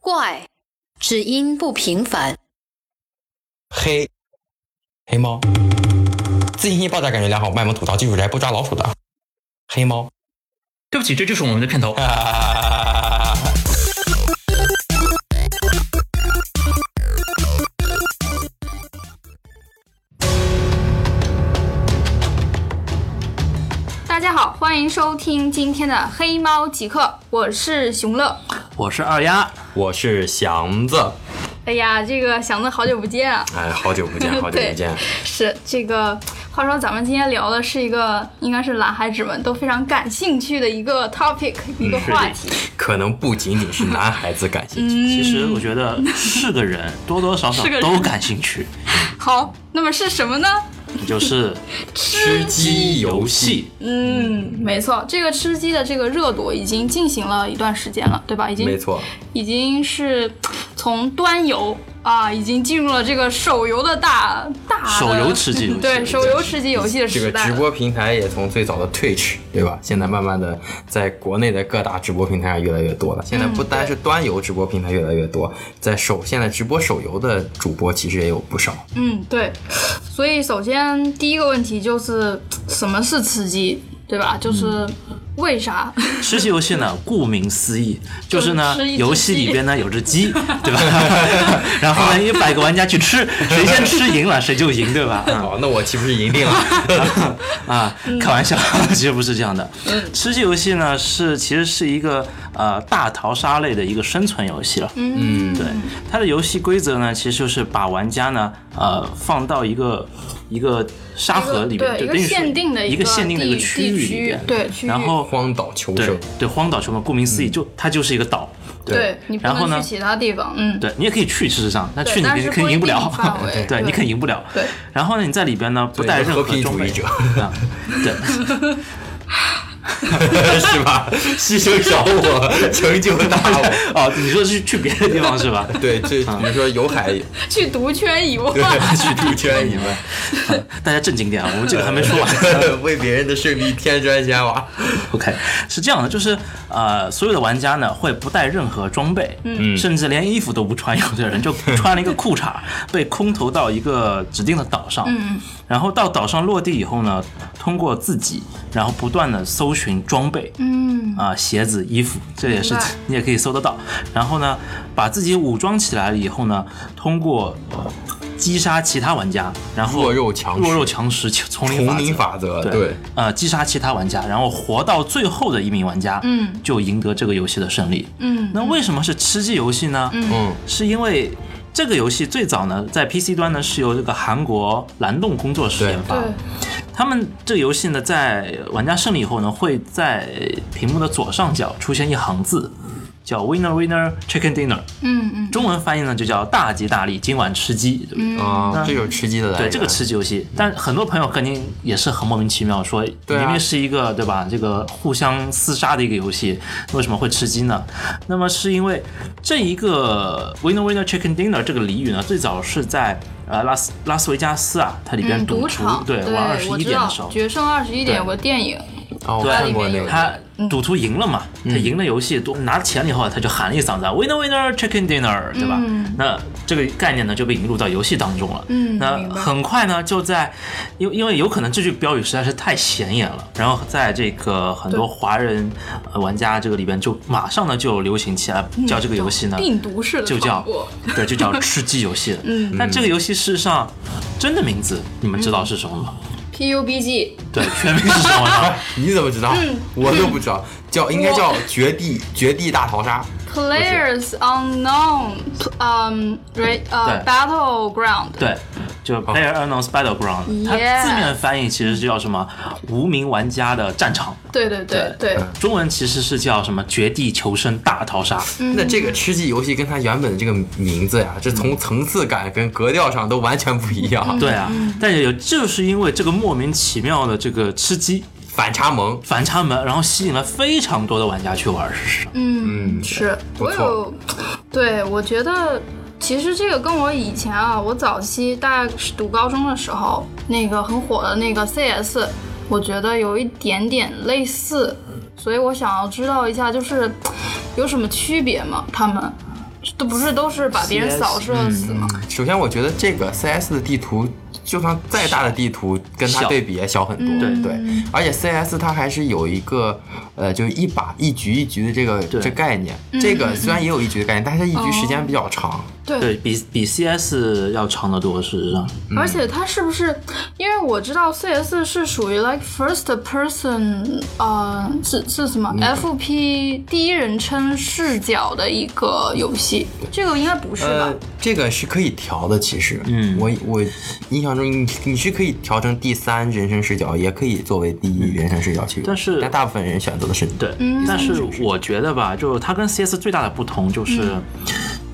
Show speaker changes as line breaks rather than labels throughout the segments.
怪，只因不平凡。
黑，黑猫。自信心爆炸，感觉良好，卖萌吐槽，技术宅不抓老鼠的黑猫。
对不起，这就是我们的片头。
啊
大家好，欢迎收听今天的《黑猫极客》，我是熊乐。
我是二丫，
我是祥子，
哎呀，这个祥子好久不见啊！
哎，好久不见，好 久不见，
是这个，话说咱们今天聊的是一个，应该是男孩子们都非常感兴趣的一个 topic，一
嗯
个话题。
可能不仅仅是男孩子感兴
嗯
趣，
其实我觉得是个人，多多少 少
是个人
都感兴趣，
好，那么是什么呢？
就是
吃鸡游戏，
嗯，没错，这个吃鸡的这个热度已经进行了一段时间了，对吧？已经
没，错，
已经是从端游啊，已经进入了这个手游的大大的
手游吃鸡游戏
对手游吃鸡游戏的
这
时
个
代了。
直播平台也从最早的 Twitch，对吧？现在慢慢的在国内的各大直播平台上越来越多了。现在
嗯
不单是端游直播平台越来越多，在手现在直播手游的主播其实也有不少。
嗯，对。所以首先第一个问题就是什么是吃鸡，对吧？就是为啥？
吃鸡游戏呢，顾名思义就是呢
就是吃一只，鸡
游戏里边呢有只鸡，对吧？ 然后呢，一百个玩家去吃，谁先吃赢了谁就赢，对吧？嗯
哦，那我岂不是赢定了？
啊，
嗯
开玩笑，其实不是这样的。吃鸡游戏呢是其实是一个呃大逃杀类的一个生存游戏了。
嗯，
对，它的游戏规则呢，其实就是把玩家呢，呃，放到一个一个沙盒里面，
对一个
等于说
限定的
一
个
限定的一个
地
区域
地
里边，
对区域，
然后
荒嗯岛求
对
生，
对荒岛什么，顾名思义，就它就是一个岛。
对你不
然后
能
呢
去其他地方，嗯，
对你也可以去，事实上，但
对
去你
但是
肯定赢
不一
了
定范围，
对你肯定赢不了。
对，
然后呢，你在里边呢不带任
和
何
平
装
主
备
义者，
啊，对，
是吧？牺牲小我，成就大我。
哦，你说是去别的地方是吧？
对，这
啊
比如说有海，
去毒圈以外，
去杜鹃以外，
大家正经点啊，我们这个还没说完。
为别人的胜利添砖加瓦。
OK，是这样的，就是呃，所有的玩家呢会不带任何装备，嗯，甚至连衣服都不穿，有的人就穿了一个裤衩，被空投到一个指定的岛上，嗯，然后到岛上落地以后呢，通过自己，然后不断的搜寻装备，
嗯，
啊、鞋子、衣服，这也是
明白
你也可以搜得到。然后呢，把自己武装起来了以后呢，通过呃击杀其他玩家，然后
弱肉强食
弱肉强食，丛林
丛林法则对
呃，击杀其他玩家，然后活到最后的一名玩家，
嗯，
就赢得这个游戏的胜利。
嗯，
那为什么是吃鸡游戏呢？嗯，
嗯，
是因为这个游戏最早呢，在 PC 端呢是由这个韩国蓝洞工作室
对
研发
对
的，他们这个游戏呢，在玩家胜利以后呢，会在屏幕的左上角出现一行字，叫 “Winner Winner Chicken Dinner”，
嗯嗯，
中文翻译呢就叫“大吉大利，今晚吃鸡”，对不对？
啊，这就是吃鸡的来
嗯对
源。
这个吃鸡游戏，但很多朋友肯定也是很莫名其妙，说
对啊
明明是一个对吧，这个互相厮杀的一个游戏，为什么会吃鸡呢？那么是因为这一个 “winner winner chicken dinner” 这个俚语呢，最早是在呃拉斯拉斯维加斯啊，它里边
嗯，
赌
赌
徒、
场，
对玩二十
我
一
知
点
道
的时候，
决胜二十一点
对
有个电影，
啊，我
对
看过那个。
他赌徒赢了嘛，他赢了游戏，都拿钱了以后，他就喊了一嗓子啊 “winner winner chicken dinner”，对吧？那这个概念呢就被引入到游戏当中了。
嗯
那
明白
很快呢就在，因为因为有可能这句标语实在是太显眼了，然后在这个很多华人呃玩家这个里边就马上呢就流行起来，叫这个游戏呢
病毒式的
嗯就叫
传播
对就叫吃鸡游戏。嗯，但这个游戏事实上真的名字你们知道是什么吗？
PUBG，
对，全名是什么呢？
哎你怎么知道？我都不知道，叫应该叫绝地绝地大逃杀。
Players Unknown，嗯，re 呃
对
Battleground，
对，就 Player Unknown's Battleground，、它
Yeah
字面翻译其实就叫什么无名玩家的战场，
对对对对，
中文其实是叫什么绝地求生大逃杀。
嗯
那这个吃鸡游戏跟它原本的这个名字呀，这
嗯
从层次感跟格调上都完全不一样，
对啊，
嗯
但也有就是因为这个莫名其妙的这个吃鸡
反差萌。
反差萌，然后吸引了非常多的玩家去玩，事实上，
嗯，是我有，对我觉得其实这个跟我以前啊，我早期大概是读高中的时候，那个很火的那个 CS，我觉得有一点点类似，所以我想要知道一下，就是有什么区别吗？他们都不是都是把别人扫射死吗？
首先，我觉得这个 CS 的地图，就算再大的地图，跟它
小
对比也小很多。
嗯
对，而且 CS 它还是有一个呃，就是一把一局一局的这个
对
这概念。
嗯
这个虽然也有一局的概念，但是一局时
哦
间比较长。
对比比 CS 要长得多，事实上，
而且它是不是？因为我知道 CS 是属于 like first person，呃，是是什么、FP 第一人称视角的一个游戏，这个应该不是吧
呃？，这个是可以调的，其实，
嗯
我我印象中你你是可以调成第三人称视角，也可以作为第一人称视角去用，
嗯但是
但大部分人选择的是
对，
嗯
但是我觉得吧，就它跟 CS 最大的不同就是、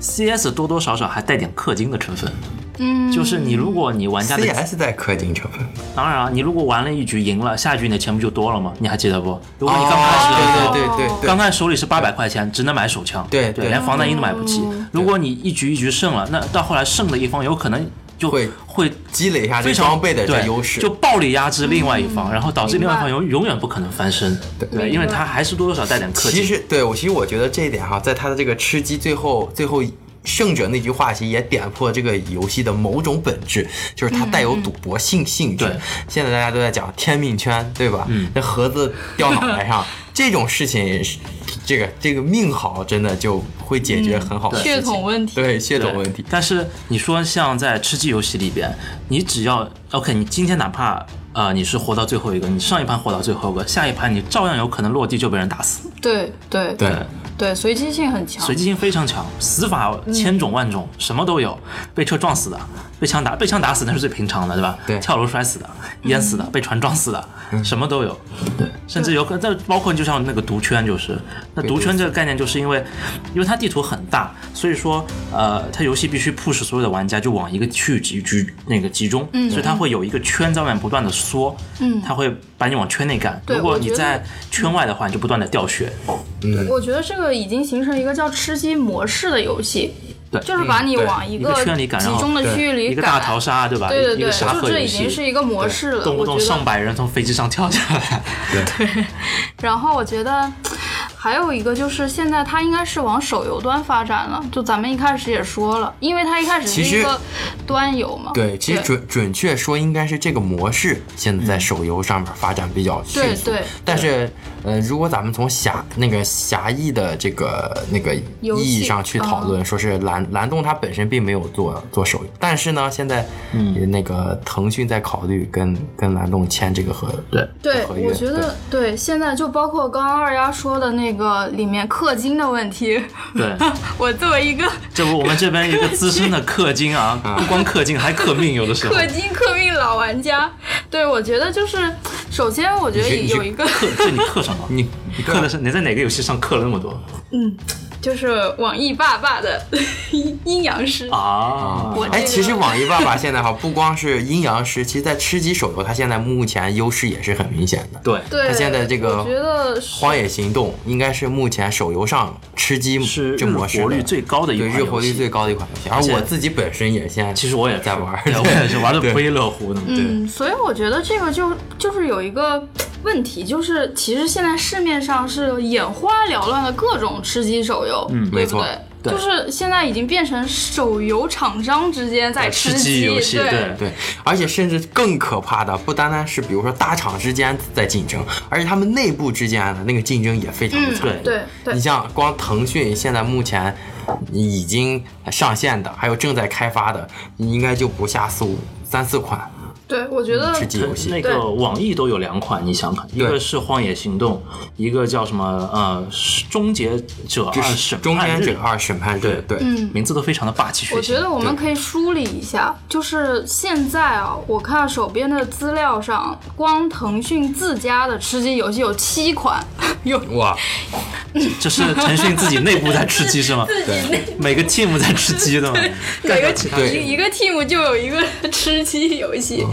CS 多多少少还带点氪金的成分。嗯，就是你如果你玩家的，
CS 在氪金成分，
当然啊，你如果玩了一局赢了，下一局你的钱不就多了吗？你还记得不？如果你刚开始的时
哦
候
对对对对对，
刚看手里是八百块钱，只能买手枪，
对
对，嗯
对
连防弹衣都买不起。如果你一局一局胜了，那到后来胜的一方有可能就
会
会
积累一下这
非常
装备的这
对
优势，
就暴力压制另外一方，然后导致另外一方
明
永永远不可能翻身，嗯对
明白
因为他还是多多少少带点氪
其
金。
实对我，其实我觉得这一点哈，在他的这个吃鸡最后最后胜者那句话，其实也点破这个游戏的某种本质，就是它带有
嗯
赌博性性质。
对
现在大家都在讲天命圈，对吧？嗯，那盒子掉脑袋上这种事情也是，这个这个命好真的就会解决很好的事情、
嗯血统问题，
对血
对
统问题。
但是你说像在吃鸡游戏里边，你只要 OK，你今天哪怕呃你是活到最后一个，你上一盘活到最后一个，下一盘你照样有可能落地就被人打死，
对对
对，
对，随机性很强嗯
随。机性非常强，死法千种万种，什么都有。被车撞死的，被枪打，被枪打死那是最平常的，对吧？
对
跳楼摔死的，淹死的，
嗯
被船撞死的，什么都有。对，甚至有可能，但包括就像那个毒圈，就是那毒圈这个概念，就是因为因为它地图很大，所以说呃，它游戏必须 push 所有的玩家就往一个区域集聚那个集中，
嗯
所以它会有一个圈在外面不断的缩，嗯，它会把你往圈内赶。
对
如果
我
你
觉得
在圈外的话，你就不断的掉血。
我觉得这个已经形成一个叫吃鸡模式的游戏，
对
就是把你
对
往一
一个圈里赶
集
然后
中的区域里赶，
一个大逃杀，对吧？
对对
一个
对，
沙
就
盒
这
游
已经是
戏，
一个模式了。
动不
我
动
觉得
上百人从飞机上跳下来。
然后我觉得还有一个就是现在它应该是往手游端发展了，就咱们一开始也说了，因为它一开始是
其实
一个端游嘛。
对，其实
对嗯
准准确说，应该是这个模式现在在手游上面发展比较迅速。
对对
但是，呃，如果咱们从狭那个狭义的这个那个
游
意义
戏嗯
上去讨论，说是蓝蓝洞它本身并没有做做手游，但是呢，现在嗯那个腾讯在考虑跟跟蓝洞签这个合
对
对，
合约
我觉得对，现在就包括刚刚二丫说的那个里面氪金的问题，
对，
我作为一个
这不我们这边一个资深的氪金啊，不光氪金还氪命，有的时候
氪金氪命老玩家，对我觉得就是，首先我觉得
你是你是
有一个
氪这你氪什么？
你
你
啊
氪的是你在哪个游戏上氪了那么多
就是网易爸爸的 阴阳师，
啊？
我
哎，
这
其实
个
网易爸爸现在哈，不光是阴阳师，其实在吃鸡手游，它现在目前优势也是很明显的。
对，
对，
它现在这个
我觉得
《
是
荒野行动》应该是目前手游上吃鸡
是
这
日
模式
活率最高的一
对
款游戏
日活率最高的一款游戏，而
而且
我自己本身也现在
其实我也是
在玩儿，
对我也是玩的
对
不亦乐乎呢。对，
嗯，所以我觉得这个就就是有一个问题，就是其实现在市面上是眼花缭乱的各种吃鸡手游，嗯，
没
对不
错
对？
对
就是现在已经变成手游厂商之间在吃
吃鸡游戏，
对，
对，而且甚至更可怕的，不单单是比如说大厂之间在竞争，而且他们内部之间的那个竞争也非常的
嗯，
惨。
对
对
你
对
像光腾讯现在目前已经上线的，还有正在开发的，应该就不下四五三四款
对，我觉得
嗯吃鸡游戏。
那
对
个网易都有两款，你想看，一
对
个是《荒野行动》，一个叫什么呃《终结者
就
二
是
审
中
判
间
日》
这个二审判日，对，
嗯
名字都非常的霸气
我
血
觉
腥。
得我们可以梳理一下，就是现在啊，我看手边的资料上，光腾讯自家的吃鸡游戏有七款， 有
哇，
这是腾讯自己内部在吃鸡是吗？
自己内
每 个 team 在吃鸡的吗？
每个
其他
对嗯
一一个 team 就有一个 吃鸡游戏，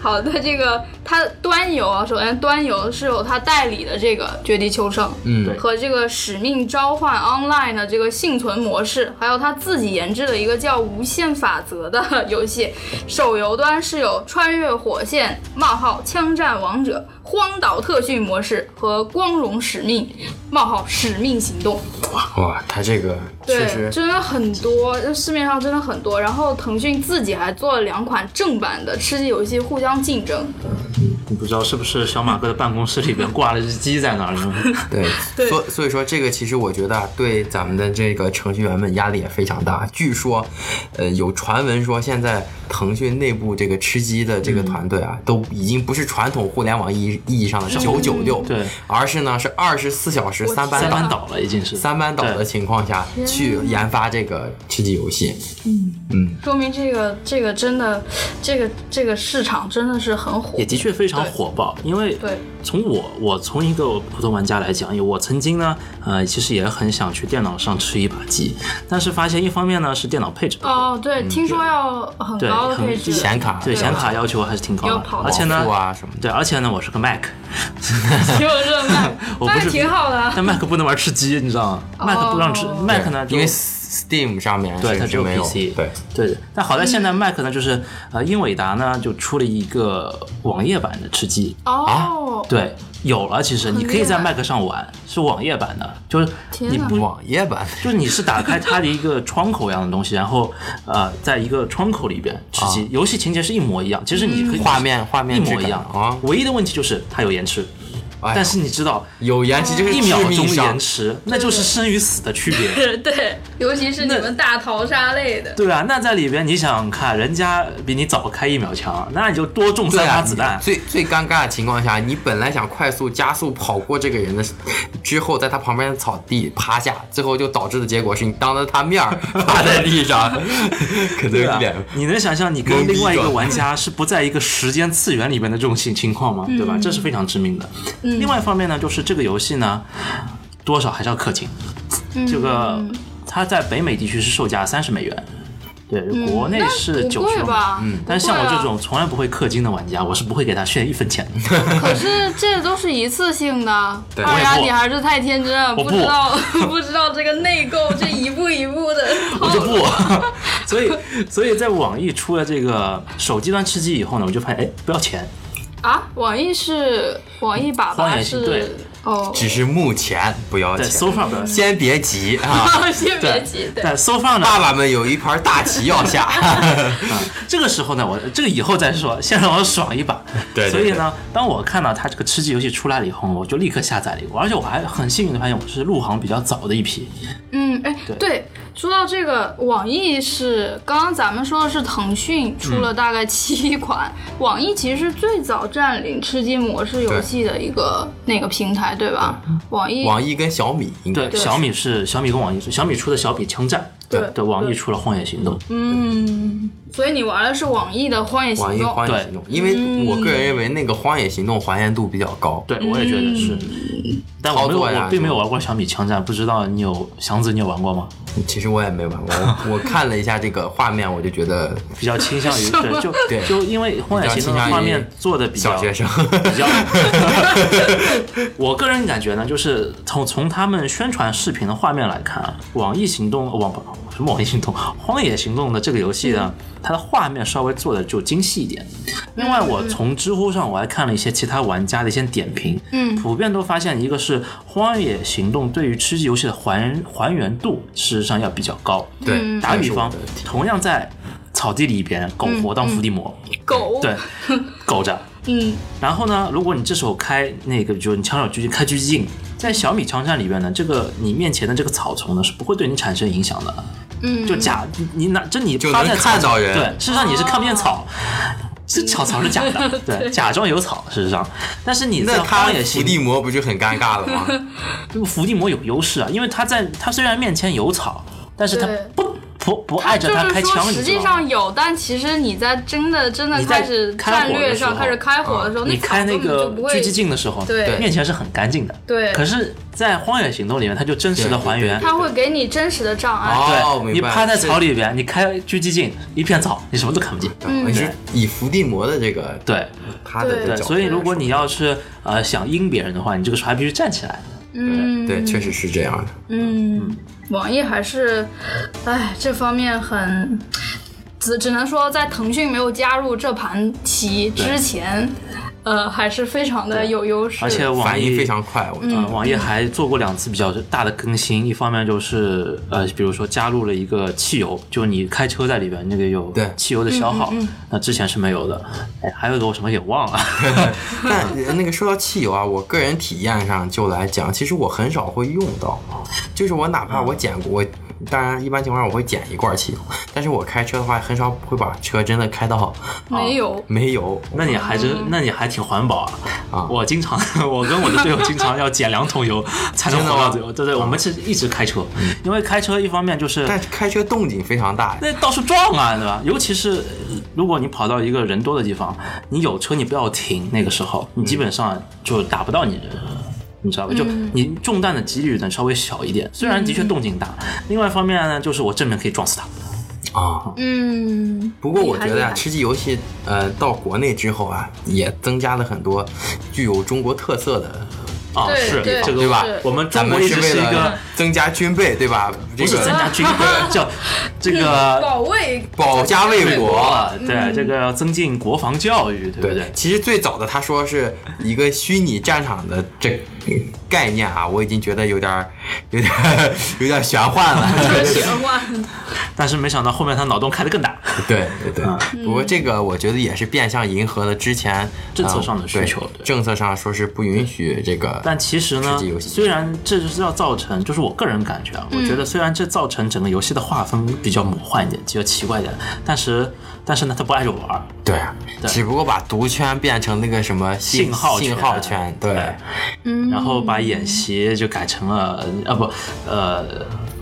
好的，这个它端游啊，首先端游是有它代理的这个《绝地求生》，
嗯
对
和这个《使命召唤 Online》的这个幸存模式，还有它自己研制的一个叫《无限法则》的 游戏。手游端是有《穿越火线：冒号枪战王者》、《荒岛特训模式》和《光荣使命：冒号使命行动》。
哇，他这个确
对，
实
真的很多，就市面上真的很多。然后腾讯自己还做了两款正版的吃鸡游戏，互相竞争。
你不知道是不是小马哥的办公室里边挂了只鸡在那 儿呢？
对，
对
所所以说这个其实我觉得啊，对咱们的这个程序员们压力也非常大。据说，呃，有传闻说现在腾讯内部这个吃鸡的
嗯
这个团队啊，都已经不是传统互联网意义意义上的九九六，
对，
而是呢是二十四小时三班
三班
倒。
倒了已经是
三班倒的
对
情况下去研发这个吃鸡游戏，
说明这个这个真的，这个这个市场真的是很火
也。的确非常火爆，因为
对
从我我从一个普通玩家来讲，我曾经呢，呃，其实也很想去电脑上吃一把鸡，但是发现一方面呢是电脑配置不够，
哦，对，听说要很
对
高的
很
配置，
显 卡
对
对
显卡要求还是挺
要
高的
跑，
而且呢
网速，啊什么的，
对，而且呢我是 个 Mac，
挺有热卖，
我不
卖
是
挺好的啊。
但 Mac 不能玩吃鸡，你知道吗？Mac 不让吃
哦
，Mac 呢就
因为 Steam 上面
对
是
它只有
没有
PC
对，
对的，但
嗯
好在现在 Mac 呢，就是呃，英伟达呢就出了一个网页版的吃鸡，
哦，
对，有了，其实你可以在 Mac 上玩，是网页版的，就是
天
你
哪
不
网页版
就是你是打开它的一个窗口一样的东西，然后呃，在一个窗口里边吃鸡，游戏情节是一模一样，其实你
嗯
可以
画面啊画面
一
质
模
感
一样
啊
唯一的问题就是它有延迟，
哎
但是你知道
有延迟就是
一秒
致命
钟
伤
延迟，那就是生与死的区别。
对，尤其是你们打淘沙类的，
对啊，那在里边你想想看，人家比你早开一秒枪，那你就多中
对啊
啊
三发子弹。
最最尴尬的情况下，你本来想快速加速跑过这个人的时，之后在他旁边的草地趴下，最后就导致的结果是你当着他面儿 趴在地 上，可能
对
有
啊
点。，
你能想象你跟
懵逼
另外一个
状态
玩家是不在一个时间次元里面的这种情情况
嗯
吗？对吧？这是非常致命的。另外一方面呢，就是这个游戏呢，多少还是要氪金。
嗯
这个它在北美地区是售价三十美元，对，国内是
嗯那不
九十嗯
贵。吧？不
但是像我
贵啊
这种从来不会氪金的玩家，我是不会给他炫一分钱的。
可是这都是一次性的，
对
二丫
我也不
你还是太天真了，
我
知
不
道 不知道这个内购这一步一步的。
我就 不。所以，所以在网易出了这个手机端吃鸡以后呢，我就发现，哎，不要钱，
啊，网易是网易粑
荒
粑
野行队
是哦，
只是目前不要
在 so
钱，
far 不要钱。
先别急啊，
先别
对
急，对，
但 so far 呢，
爸爸们有一盘大棋要下。
这个时候呢，我这个以后再说，先让我爽一把。
对对
所以呢，当我看到它这个吃鸡游戏出来了以后，我就立刻下载了一个，而且我还很幸运的发现我是入行比较早的一批。
嗯，哎，
对
对，说到这个，网易是刚刚咱们说的是腾讯出了大概七款，网易其实是最早占领吃鸡模式游戏的一个那个平台，对吧？网易
网易跟小米应该
对，小米是小米跟网易，小米出的小米枪战，
对
对，网易出了荒野行动。
嗯
所以你玩的是网易的《荒野行
网易
动》，
荒野行动，因为我个人认为那个荒野行动还原度比较高。
嗯对，我也觉得是，但我
嗯
没有，
操作呀
我并没有玩过小米枪战，不知道你有祥子，你有玩过吗？
其实我也没玩过，我我 看了一下这个画面，我就觉得
比较倾向于对，就
对
就因为荒野行动的画面做的比较
小学生
比较。我个人感觉呢，就是从从他们宣传视频的画面来看啊，网易行动网什么网易行动、 荒野行动的这个游戏呢，它的画面稍微做的就精细一点。另外，我从知乎上我还看了一些其他玩家的一些点评，嗯，普遍都发现一个是《荒野行动》对于吃鸡游戏的还还原度，事实上要比较高。
对，
打个
这
比
是我
方
的体，
同样在草地里边，苟活当伏地魔，
狗，
对， 苟着。
嗯，
然后呢，如果你这时候开那个，就是你枪手狙击开狙击镜，在小米枪战里边呢，这个你面前的这个草丛呢是不会对你产生影响的。嗯，就假你你拿这你
就
趴
能
在
看
草丛
到人
对，事实上你是看不见草。这草草是假的，啊 对，假装有草，事实上，但是你在
那他
荒野
伏
行
地魔不就很尴尬了 吗？
伏地魔有优势啊，因为他在他虽然面前有草，但是他
对
不不不碍着
就
他
是
开枪，
说，
你
实
知
际
道吗？
上有，但其实你在真的真的
你在
开始
开火的
战略
时候
上开始开火的时候，
你
场
开那
根本就
个
不会
狙击镜的时候，
对
面前是很干净的，
对
可是，在《荒野行动》里面，它就真实的还原。
它会给你真实的障碍。
哦，
对，
明白
你趴在
是
草里边，你开狙击镜，一片草，你什么都看不见。
啊你是以伏地魔的这个
对
他的这
嗯对，
角度
所以如果
来
你要是呃想阴别人的话，你这个时候还必须站起来。
嗯，
说对，确实是这样的。
嗯，网易还是，哎，这方面很。只只能说，在腾讯没有加入这盘棋之前，呃，还是非常的有优势。
而且网
反应
易
非常快，我觉
呃，
得。
网页还做过两次比较大的更新，一方面就是呃，比如说加入了一个汽油，就你开车在里边那个有
对
汽油的消耗，那之前是没有的。哎，还有一个我什么也 忘了，
但呃那个说到汽油啊，我个人体验上就来讲，其实我很少会用到，啊就是我哪
嗯
怕我捡过，我当然一般情况下我会捡一罐汽油， 但是我开车的话很少会把车真的开到
没有，
没油。
那你还真，那你还挺环保啊！
啊
我经常，我跟我的队友经常要减两桶油才能
真
活
的吗啊嗯
到最后。对对，我们是一直开车，因为开车一方面就是
但是开车动静非常大呀，
那到处撞啊，对吧？尤其是呃如果你跑到一个人多的地方，你有车你不要停，那个时候你基本上就打不到你人。你知道吧？就你中弹的几率呢稍微小一点，虽然的确动静大。另外一方面呢，就是我正面可以撞死他。
啊。
嗯，
不过我觉得
厉害
啊，吃鸡游戏呃到国内之后啊，也增加了很多具有中国特色的。
啊，
对
是
对
这个
对吧
是
我们
咱
中国
们
一
是
直
为
是一个
了增加军备，对吧？
不
这
是增
个
加军备，叫这 个
保 卫
保家卫国。
啊，对，这个要增进国防教育，对不对？
其实最早的他说是一个虚拟战场的这概念啊，我已经觉得有点儿、 有点儿、 有点儿玄幻 了。
玄幻，
但是没想到后面他脑洞开得更大，
对对对，
嗯
不过这个我觉得也是变相迎合了之前
政策上的
呃
需求
对
对
政策上说是不允许这个，
但其实呢
吃鸡游，戏
虽然这就是要造成，就是我个人感觉啊，我
嗯
觉得虽然这造成整个游戏的划分比较魔幻一点，比较奇怪一点，但是但是呢，他不碍着玩儿。
对啊，
对
只不过把毒圈变成那个什么信
信号
信
圈
号圈，对，
对
嗯
然后把演习就改成了啊不呃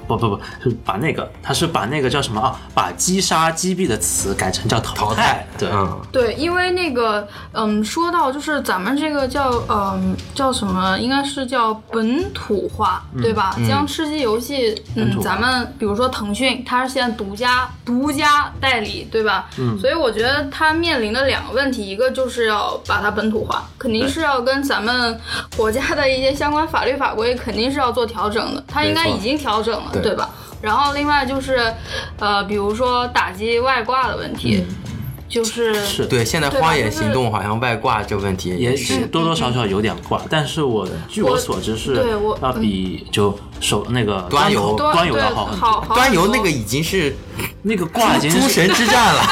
不不不是把那个他是把那个叫什么啊把击杀击毙的词改成叫淘
淘
汰，
汰，
对、
嗯，
对，因为那个，嗯，说到就是咱们这个叫，嗯，叫什么？应该是叫本土化，对吧？将吃鸡游戏，
本土
嗯，
化
咱们比如说腾讯，它是现在独家独家代理，对吧？嗯，所以我觉得它面临的两个问题，一个就是要把它本土化，肯定是要跟咱们国家的一些相关法律法规肯定是要做调整的，它应该
没错
已经调整了，
对
对吧？然后另外就是，呃，比如说打击外挂的问题，就是
是
对，现在
对吧
荒野
就是
行动好像外挂这问题
也
也
许多多少少有点挂，但是我据我所知是
嗯对我
要比就手那个
端游
端
端游
对
要好
好
很多，
好
端游
很
那
多
个已经是
那个挂已经
诸
是
神之战 了，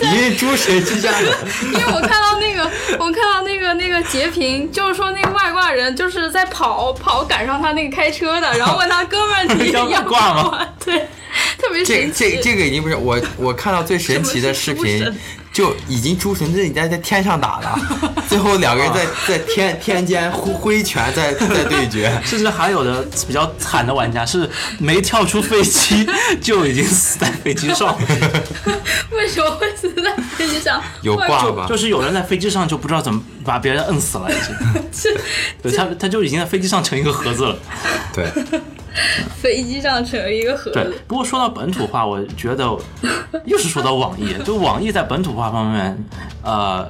已经是诸神之战了。
因为我看到那个，我看到那个那个截屏，就是说那个外挂人就是在跑跑赶上他那个开车的，然后问他哥们 儿你
要
要
不挂吗。
吗？对，特别
这
神奇。
这这个已经不是我我看到最神奇的视
什么
频
是诸神，
就已经诸神自己在在天上打 了，最后两个人在
啊
在天天间挥挥拳在在对决
甚至还有的比较惨的玩家是没跳出飞机就已经死在飞机上，
为什么会死在飞机 上？
有
外
挂
国
吧？
就是有人在飞机上就不知道怎么把别人摁死了，已经， 对他他就已经在飞机上成一个盒子了。
对，
飞机上成了一个盒
对
子。，
不过说到本土化，我觉得又是说到网易，就网易在本土化方面，呃，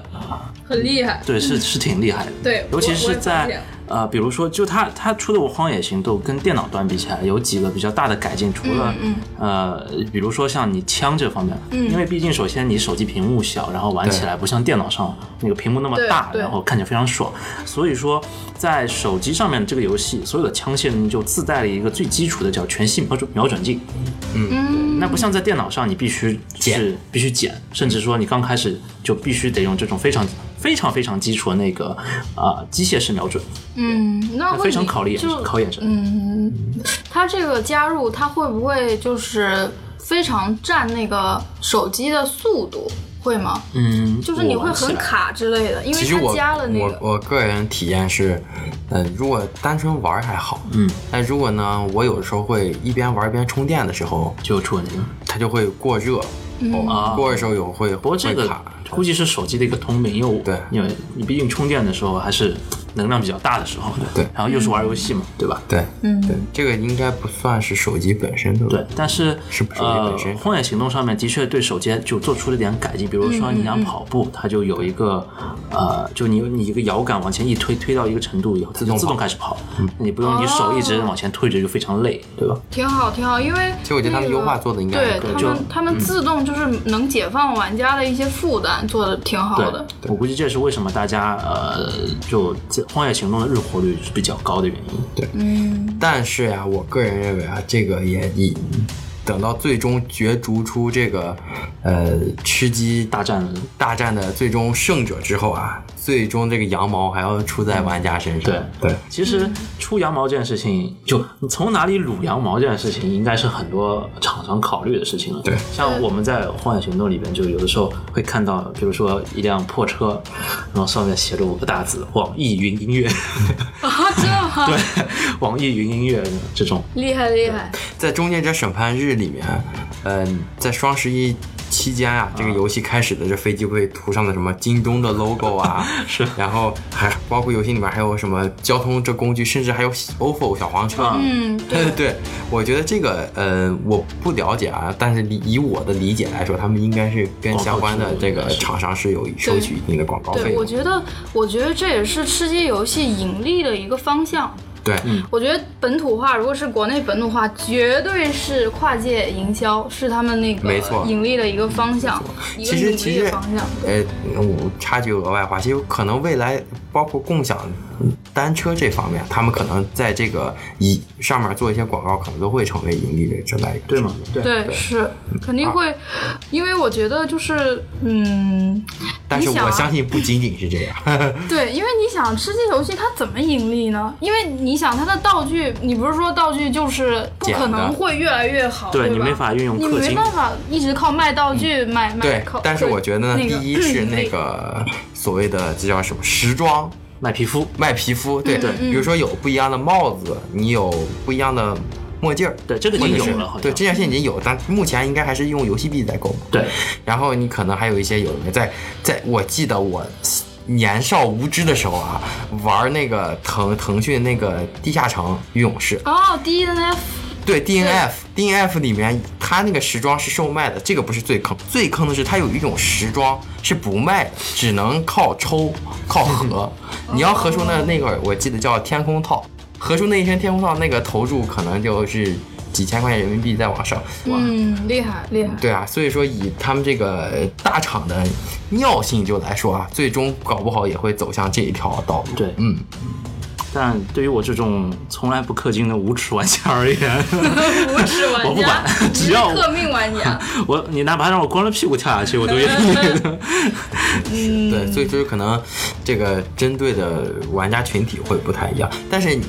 很厉害。
对，是是挺厉害的。
对
尤其
我我
是
也发
在
现
呃，比如说，就他他出的《荒野行动》跟电脑端比起来，有几个比较大的改进，除了、
嗯
呃，比如说像你枪这方面，因为毕竟首先你手机屏幕小，然后玩起来不像电脑上那个屏幕那么
对
大，
对
然后看起来非常爽，所以说在手机上面这个游戏所有的枪械你就自带了一个最基础的叫全息瞄准瞄准镜。
嗯
那不像在电脑上，你必须是
剪
必须剪，甚至说你刚开始就必须得用这种非常非常非常基础的那个啊、呃机械式瞄准，
嗯，那
那
问
非常
你
考验
就嗯
考验神。
它这个加入，它会不会就是非常占那个手机的速度？会吗？
嗯，
就是你会
我玩起
很
来
卡之类的，因为
其实
它
我
加了那
我
个。
我个人体验是，呃，如果单纯玩儿还好，
嗯，
但如果呢，我有的时候会一边玩儿一边充电的时候，
就出问题了。
它就会过热，
啊
嗯
哦，过热的时候有会
不过这
会
个
卡，
估计是手机的一个通病，因为我
对
因为你毕竟充电的时候还是能量比较大的时候，
对
然后又是玩游戏嘛，对吧？
对，
嗯
对，这个应该不算是手机本身的
对，但嗯是
是不是
呃，
本身
《荒野行动》上面的确对手机就做出了点改进，比如
嗯
说你想跑步，它就有一个呃，就你你一个摇杆往前一推，推到一个程度以后，它就
动
自动
跑
开始跑，嗯你不用你手一直往前推着就非常累，对吧？
挺好，挺好，因为
其实我觉得他们
那个
优化做得应该
对
还可以嗯
他
就
们他们自动就是能解放玩家的一些负担，做的挺好的。
我估计这也是为什么大家呃，就这《荒野行动》的日活率是比较高的原因。
但是呀、我个人认为啊，这个也已等到最终角逐出这个呃吃鸡
大战
大战的最终胜者之后啊，最终这个羊毛还要出在玩家身上。
对
对
其
嗯
实出羊毛这件事情，就你从哪里撸羊毛这件事情，应该是很多厂商考虑的事情了。
对
像我们在《荒野行动》里边，就有的时候会看到，比如说一辆破车，然后上面写着五个大字“网易云音乐”，
啊， 真的吗？
对，网易云音乐这种，
厉害厉害，
在《终结者审判日》里面，嗯、在双十一期间啊，这个游戏开始的这飞机被涂上的什么京东的 logo 啊，
是
然后还包括游戏里面还有什么交通这工具，甚至还有 ofo 小黄车。
嗯，
对
对，
对，我觉得这个呃，我不了解啊，但是以以我的理解来说，他们应该是跟
广告
相关
植
的
入
这
应该
个
是
厂商是有收取一定的广告费
对，我
的。
觉得，我觉得这也是吃鸡游戏盈利的一个方向。
对，
我觉得本土化，如果是国内本土化，绝对是跨界营销，是他们那个
没错
盈利的一个方向，一个
其实
努
其
力的
实
方向。
呃，我插句额外话，其实可能未来包括共享单车这方面，他们可能在这个以上面做一些广告，可能都会成为盈利的这来源。
对吗？对
对，是
嗯
肯
啊
定会，因为我觉得就是，嗯，
但是
你想啊
我相信不仅仅是这样。
对，因为你想吃鸡游戏它怎么盈利呢？因为你想它的道具，你不是说道具就是不
捡的
可能会越来越好，
对
对吧
你没法运用
你
氪
没
金
办法一直靠卖道具卖卖
对
靠。，
嗯 但是我觉得呢，
那个
第一是
嗯
那个所谓的这叫什么时装，
卖皮肤，
卖皮肤，对
对
比如说有不一样的帽子，你有不一样的墨镜儿，
对这个已
或
经
者是
有了，好像
对，这件事情已经有，但目前应该还是用游戏币在购买。
对
然后你可能还有一些有的在在我记得我年少无知的时候啊，玩那个腾腾讯那个地下城与勇士，
哦，D N F
对 DNF DNF 里面它那个时装是售卖的，这个不是最坑，最坑的是它有一种时装是不卖的，只能靠抽靠合。你要合出那那个我记得叫天空套，合出那一身天空套那个投入可能就是几千块钱人民币再往上。
嗯，厉害厉害，
对啊，所以说以他们这个呃大厂的尿性就来说啊，最终搞不好也会走向这一条道路。
对，
嗯。
但对于我这种从来不氪金的无耻玩家 而言，
无耻
我
玩
不
家
管，
你
只
是
要
革命玩家，
我你哪怕让我光着屁股跳下去，我都愿意。
对，所以就是可能这个针对的玩家群体会不太一样，但是你。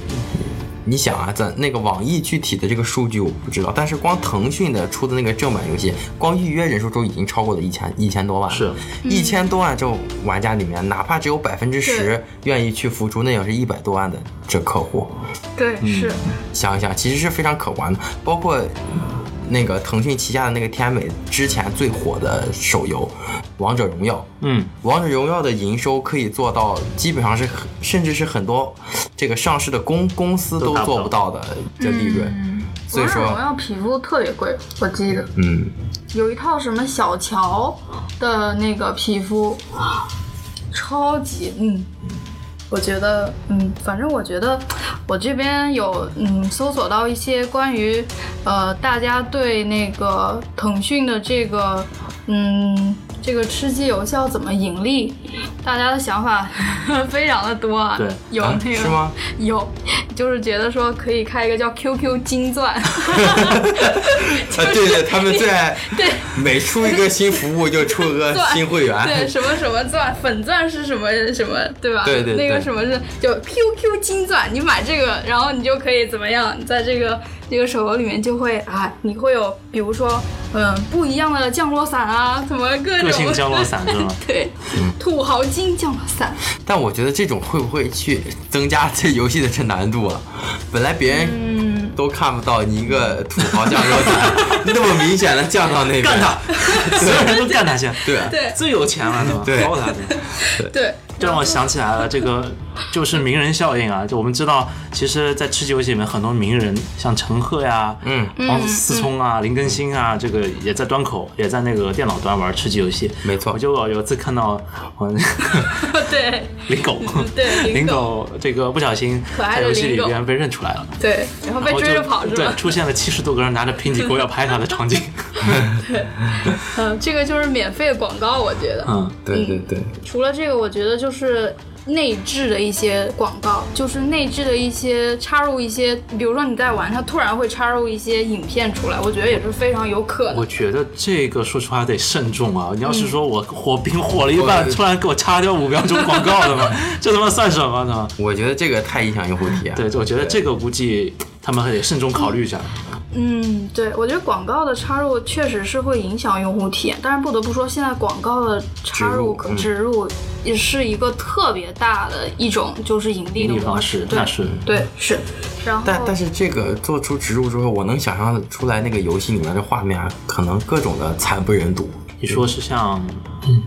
你想啊，咱那个网易具体的这个数据我不知道，但是光腾讯的出的那个正版游戏，光预约人数就已经超过了一千一千多万了，
是
一千多万这种玩家里面，哪怕只有百分之十
对
愿意去付出，那也是一百多万的这客户，
对
嗯
是，
想一想，其实是非常可观的。包括嗯那个腾讯旗下的那个天美之前最火的手游《王者荣耀》，
嗯，
王者荣耀的营收可以做到，基本上是很甚至是很多这个上市的公公司
都
都
达不
做不到的这利润。
嗯
所以说
王者荣耀皮肤特别贵，我记得
嗯，
有一套什么小乔的那个皮肤，超级嗯，我觉得嗯，反正我觉得我这边有嗯搜索到一些关于呃大家对那个腾讯的这个嗯这个吃鸡游戏要怎么盈利，大家的想法 非常的多啊，
对
有
啊
那个、
是吗？
有，就是觉得说可以开一个叫 QQ 金钻。
啊，对对，他们最爱
对
每出一个新服务就出个
钻
新会
哎
对，
员，
什么什么钻，粉钻是什么什么，对吧？
对对对
那个什么是就 QQ 金钻，你买这个，然后你就可以怎么样，在这个这个手游里面就会啊，你会有比如说嗯不一样的降落伞啊，什么各种
个性降落伞是吗？ 嗯
对，土豪金降落伞，
但我觉得这种会不会去增加这游戏的这难度啊？ 本来别人都看不到你一个土豪降落伞， 那么明显的降到那边，
嗯干他，所有人都干他去，
对啊
对
最有钱了都，
对
包他去。
对，
这让我想起来了，这个就是名人效应啊！就我们知道，其实，在吃鸡游戏里面，很多名人，像陈赫呀、
嗯
王思聪
嗯
啊、林更新啊，这个也在端口，也在那个电脑端玩吃鸡游戏。
没错
我就有一次看到 我
对
林狗，
对林
林
狗
狗这个不小心
可爱
在
的
游戏
林
里
狗
边被认出来了。
对，然后被
然后
追着
就
跑是
对
吧，？
出现了七十多个人拿着 平底锅要拍他的场景。
嗯，这个就是免费广告，我觉得。
嗯，
对对对，
除了这个，我觉得就是内置的一些广告，就是内置的一些插入一些，比如说你在玩，它突然会插入一些影片出来，我觉得也是非常有可能
我。觉得这个说实话得慎重啊！你要是
嗯
说我火并火了一半，突然给我插掉五秒钟广告的 嘛，这他妈算什么呢？
我觉得这个太影响用户体验。
对，我觉得这个估计他们还得慎重考虑一下。
嗯，对，我觉得广告的插入确实是会影响用户体验，但是不得不说，现在广告的插入
植
可
入嗯
植入也是一个特别大的一种就是盈利的
盈利
模
方
式
式，
对
那是
对是，然后
但但是这个做出植入之后，我能想象出来那个游戏里面的画面啊，可能各种的惨不忍睹。
你说是像
嗯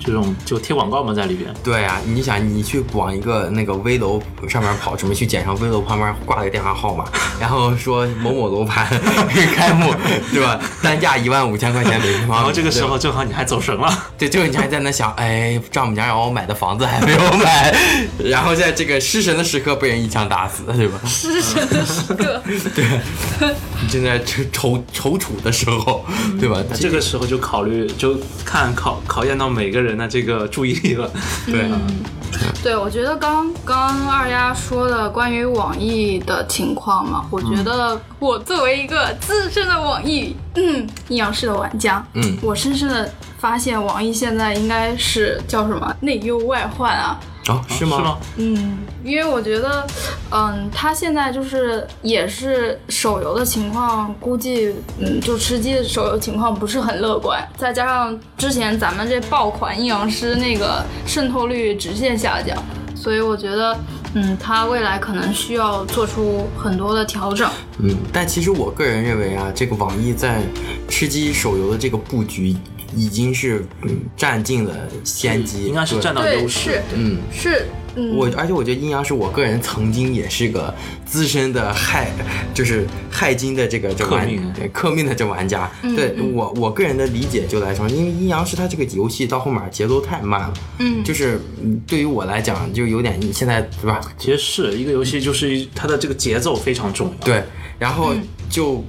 这种就贴广告嘛在里边，
对啊，你想你去往一个那个危楼上面跑，准备去捡上危楼旁边挂了个电话号码， 然后说某某楼盘 开幕， 对吧？单价一万五千块钱每平方米。
然后这个时
对吧
候正好你还走神了，
对，就是你还在那想，哎，丈母娘让我买的房子还没有买， 然后在这个失神的时刻被人一枪打死，对吧？
是是的 是个，
你正在愁愁踌躇的时候，对吧？
这个时候就考虑就看考考验到每个人的这个注意力了。
嗯
对，
嗯
对，我觉得刚刚二丫说的关于网易的情况嘛，我觉得我作为一个资深的网易嗯阴阳师的玩家，
嗯
我深深的发现网易现在应该是叫什么内忧外患啊，
哦，是吗？
是吗？
嗯，因为我觉得，嗯，他现在就是也是手游的情况，估计嗯，就吃鸡的手游情况不是很乐观，再加上之前咱们这爆款阴阳师那个渗透率直线下降，所以我觉得，嗯，他未来可能需要做出很多的调整。
嗯，但其实我个人认为啊，这个网易在吃鸡手游的这个布局已经是嗯占尽了先机，
应该是
对
占到
对，
优势
是。
嗯。
是，嗯，
我而且我觉得阴阳师，我个人曾经也是个资深的害， 就是害金的这个这
克
玩
命啊
对克命的这玩家。
嗯
对
嗯
我我个人的理解就来说，因为阴阳师它这个游戏到后面节奏太慢了，
嗯
就是嗯对于我来讲就有点现在对吧？
其实是一个游戏，就是它的这个节奏非常重要。
对，然后就、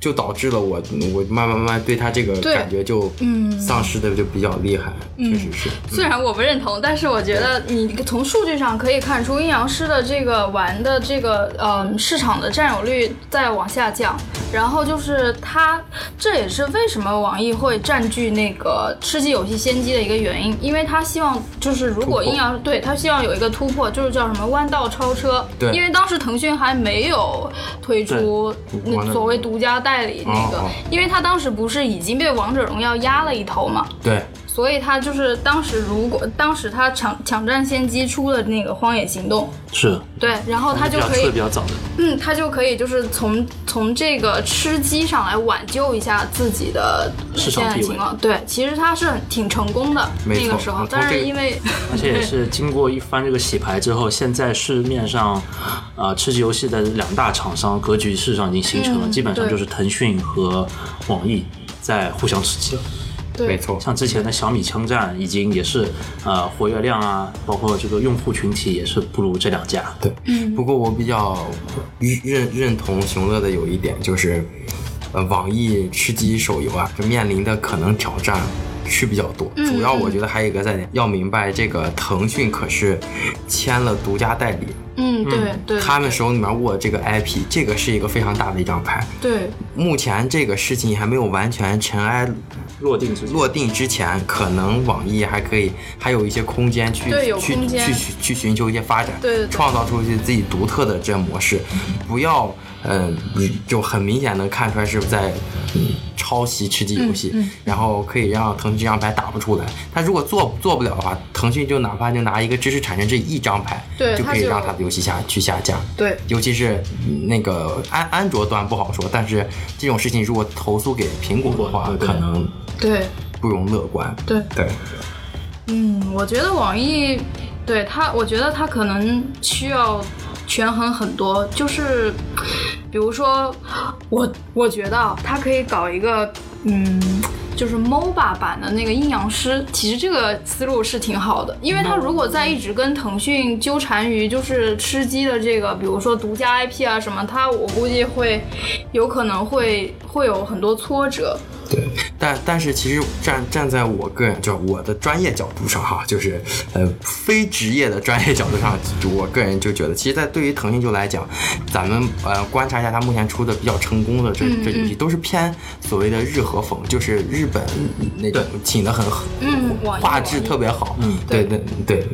就导致了我我慢慢慢慢对他这个
对
感觉就
嗯
丧失的就比较厉害，确实是。
虽然我不认同，但是我觉得你从数据上可以看出，阴阳师的这个玩的这个呃市场的占有率在往下降。然后就是它，这也是为什么网易会占据那个吃鸡游戏先机的一个原因，因为他希望就是如果
突破
阴阳对他希望有一个突破，就是叫什么弯道超车。
对
因为当时腾讯还没有推出
对
那所谓独家代理那个
哦哦，
因为他当时不是已经被王者荣耀压了一头嘛。
对，
所以他就是当时如果当时他抢抢占先机出了那个《荒野行动
是，》，
对，然后他就可
出的
以
比，较早的。
嗯，他就可以就是从从这个吃鸡上来挽救一下自己的
市
现
场
在
地位
情况。对，其实他是很挺成功的
没
那
错
个时候
从，
但
这
是
个
因为
而且也是经过一番这个洗牌之后，现在市面上，呃，吃鸡游戏的两大厂商格局事实上已经形成了，
嗯
基本上
对
就是腾讯和网易在互相吃鸡了。
没
对
错。
像之前的小米枪战，已经也是呃活跃量啊，包括这个用户群体也是不如这两家。
对，
嗯
不过我比较认认同熊乐的有一点就是，呃，网易吃鸡手游啊，就面临的可能挑战是比较多。
嗯
主要我觉得还有一个在点，要明白这个腾讯可是签了独家代理，
嗯对对
他们手里面握这个 IP，这个是一个非常大的一张牌。
对
目前这个事情还没有完全尘埃
落定之
落定之前，可能网易还可以还有一些空间去
对有
去
空间
去去去寻求一些发展，
对对对
创造出一些自己独特的这模式，不要嗯、就很明显能看出来是在嗯抄袭吃鸡游戏，
嗯
然后可以让腾讯这张牌打不出来。他如果做做不了的话，腾讯就哪怕就拿一个知识产权这一张牌，
对
就可以
它就
让他的游戏下去下架。
对，
尤其是嗯那个安安卓端不好说，但是这种事情如果投诉给苹果的话，
对对
可能
对
不容乐观。
对，
对，
嗯，我觉得网易对他，我觉得他可能需要权衡很多，就是比如说，我我觉得啊他可以搞一个嗯。就是 MOBA 版的那个阴阳师，其实这个思路是挺好的，因为他如果在一直跟腾讯纠缠于就是吃鸡的这个，比如说独家 IP 啊什么，他我估计会有可能会会有很多挫折。
对，但但是其实站站在我个人，就是我的专业角度上哈，就是呃非职业的专业角度上，我个人就觉得，其实，在对于腾讯就来讲，咱们呃观察一下它目前出的比较成功的这这游戏，都是偏所谓的日和风，就是日本那种请的很
嗯，网易
画质特别好，嗯，对对对，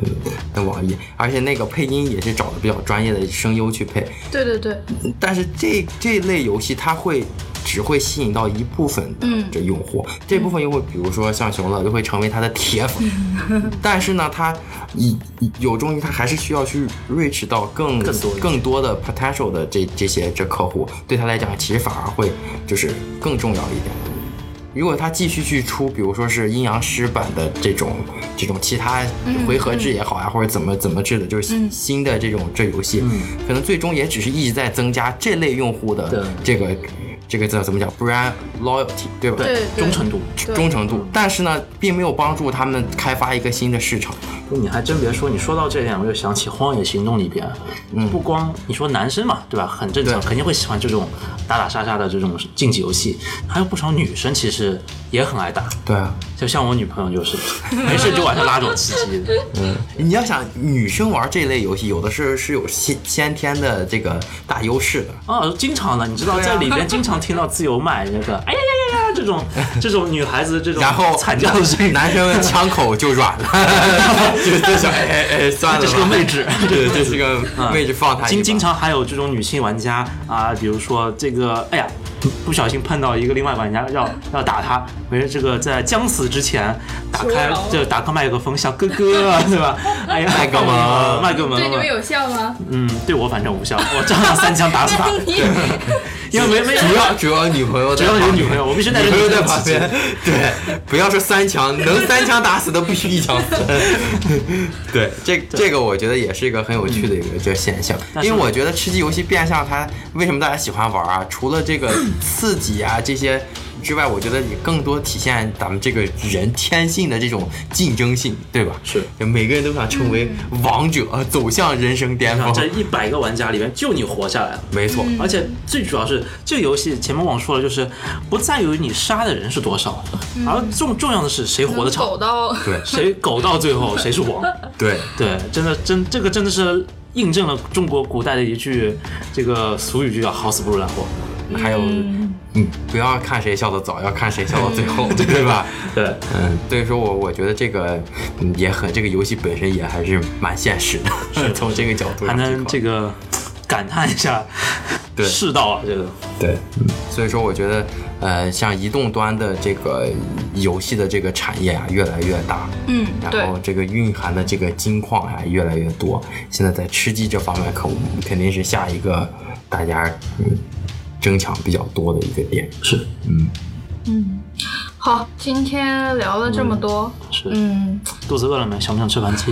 那网易，而且那个配音也是找的比较专业的声优去配，
对对对，
嗯
但是这这类游戏它会只会吸引到一部分的
嗯
这用户，这部分用户比如说像熊乐就会成为他的铁粉，但是呢，他以以有终于他还是需要去 reach 到更
更多一些
更多的 potential 的这这些这客户，对他来讲其实反而会就是更重要一点。如果他继续去出，比如说是阴阳师版的这种这种其他
嗯
回合制也好啊，或者怎么怎么制的，就是新新的这种这游戏，可能最终也只是一直在增加这类用户
对
的这个这个叫怎么讲，brand loyalty，对吧？
对对
忠诚度。
对
忠诚度，但是呢，并没有帮助他们开发一个新的市场。
你还真别说，你说到这点，我就想起《荒野行动》里边，不光你说男生嘛，对吧？很正常，
嗯对
肯定会喜欢这种打打杀杀的这种竞技游戏，还有不少女生其实也很爱打，
对啊，
就像我女朋友 就是，没事就晚上拉着我吃鸡。
你要想女生玩这类游戏，有的是是有先先天的这个大优势的。
哦，经常的，你知道
对啊
在里边经常听到自由麦那个哎呀呀呀呀这种这种女孩子这种
然后
惨叫的声音，
男生的枪口就软了， 就就想哎哎哎，算了吧，
这是个啊位置
对，这是个位置放他一把。
经经常还有这种女性玩家啊，比如说这个，哎呀，不小心碰到一个另外玩家要要打他，没事，这个在将死之前打开就打开麦克风，小哥哥啊，对 吧？哎呀，
麦克风
麦克风
对你们有效吗？
嗯，对我反正无效，我照样三枪 打死他，
你
因为 没没
主要主要女朋友在
主要有
旁边
女朋友我必须带着
女朋友
女朋
在
友
旁边。对，不要说三枪，能三枪打死的必须一枪死。对，这这个我觉得也是一个很有趣的一个这现象，
但是
因为我觉得吃鸡游戏变相它为什么大家喜欢玩啊？除了这个刺激啊这些。之外，我觉得也更多体现咱们这个人天性的这种竞争性，对吧？
是，
每个人都想成为王者，走向人生巅峰。
这一百个玩家里面就你活下来了。
没错，
而且最主要是，这个游戏前面忘说了，就是不在于你杀的人是多少，而重重要的是谁活得长
狗， 到
对
谁狗到最后谁是 王。
对，
对，真的真这个真的是印证了中国古代的一句这个俗语，就叫“好死不如烂活
还有，嗯，不要看谁笑得早，要看谁笑到最后，对吧？”。
对，
嗯，所以说我我觉得这个嗯也很，这个游戏本身也还是蛮现实的， 从这个角度上
还
去
能
考
这
虑
个感叹一下，
对
世道啊，这个
对，嗯所以说我觉得呃，像移动端的这个游戏的这个产业啊越来越大，
嗯，对
然后这个蕴含的这个金矿啊越来越多，现在在吃鸡这方面可肯定是下一个大家嗯争抢比较多的一个点，
是
嗯。
好，今天聊了这么多，
是、
嗯
肚子饿了没？想不想吃盘鸡？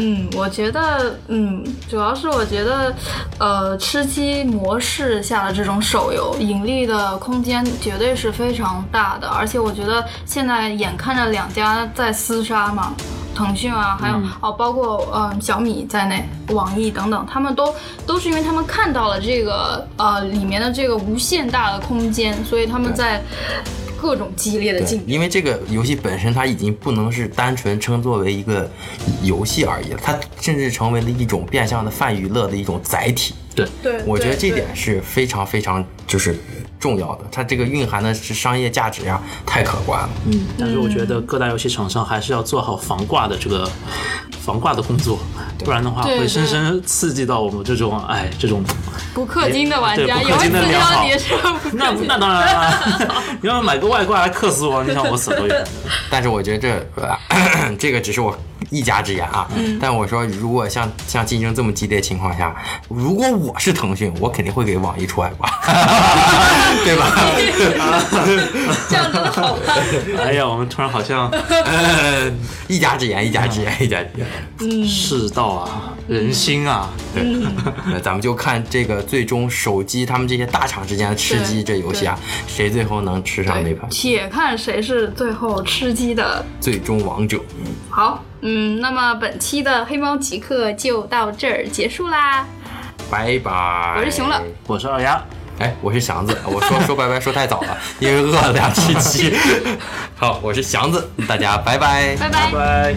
嗯，我觉得，嗯，主要是我觉得，呃，吃鸡模式下的这种手游盈利的空间绝对是非常大的，而且我觉得现在眼看着两家在厮杀嘛。腾讯啊，还有、哦，包括嗯、呃小米在内，网易等等，他们都都是因为他们看到了这个呃里面的这个无限大的空间，所以他们在各种激烈的
对
竞，争。
因为这个游戏本身它已经不能是单纯称作为一个游戏而已了，它甚至成为了一种变相的泛娱乐的一种载体。
对，
对，
我觉得
对
这
对
点是非常非常就是重要的，它这个蕴含的是商业价值呀，太可观了。
嗯，但是我觉得各大游戏厂商还是要做好防挂的这个防挂的工作，不然的话
对
会
对
深深刺激到我们这种哎这种。
不氪金的玩
对
家，
不
有
氪
一
金的
次
良
让
好
你是不
那
氪金
那当然了， 你要买个外挂来克死我，你想我死多远？
但是我觉得这、呃 这个只是我一家之言啊。
嗯
但我说，如果像像竞争这么激烈的情况下，如果我是腾讯，我肯定会给网易出外挂， 对 吧？
这样真的好吗？
哎呀，我们突然好像
呃一家之言，一家之言，一家之言。
世道啊，人心啊，
对，那咱们就看这个最终手机他们这些大厂之间的吃鸡这游戏啊，谁最后能吃上那盘
且看谁是最后吃鸡的。
最终王者。
好，嗯，那么本期的黑猫极客就到这儿结束啦。
拜拜。
我是熊乐
我是二丫，
哎，我是祥子，我说说拜拜说太早了，因 为饿了两期鸡。好，我是祥子，大家拜拜。
拜拜
拜。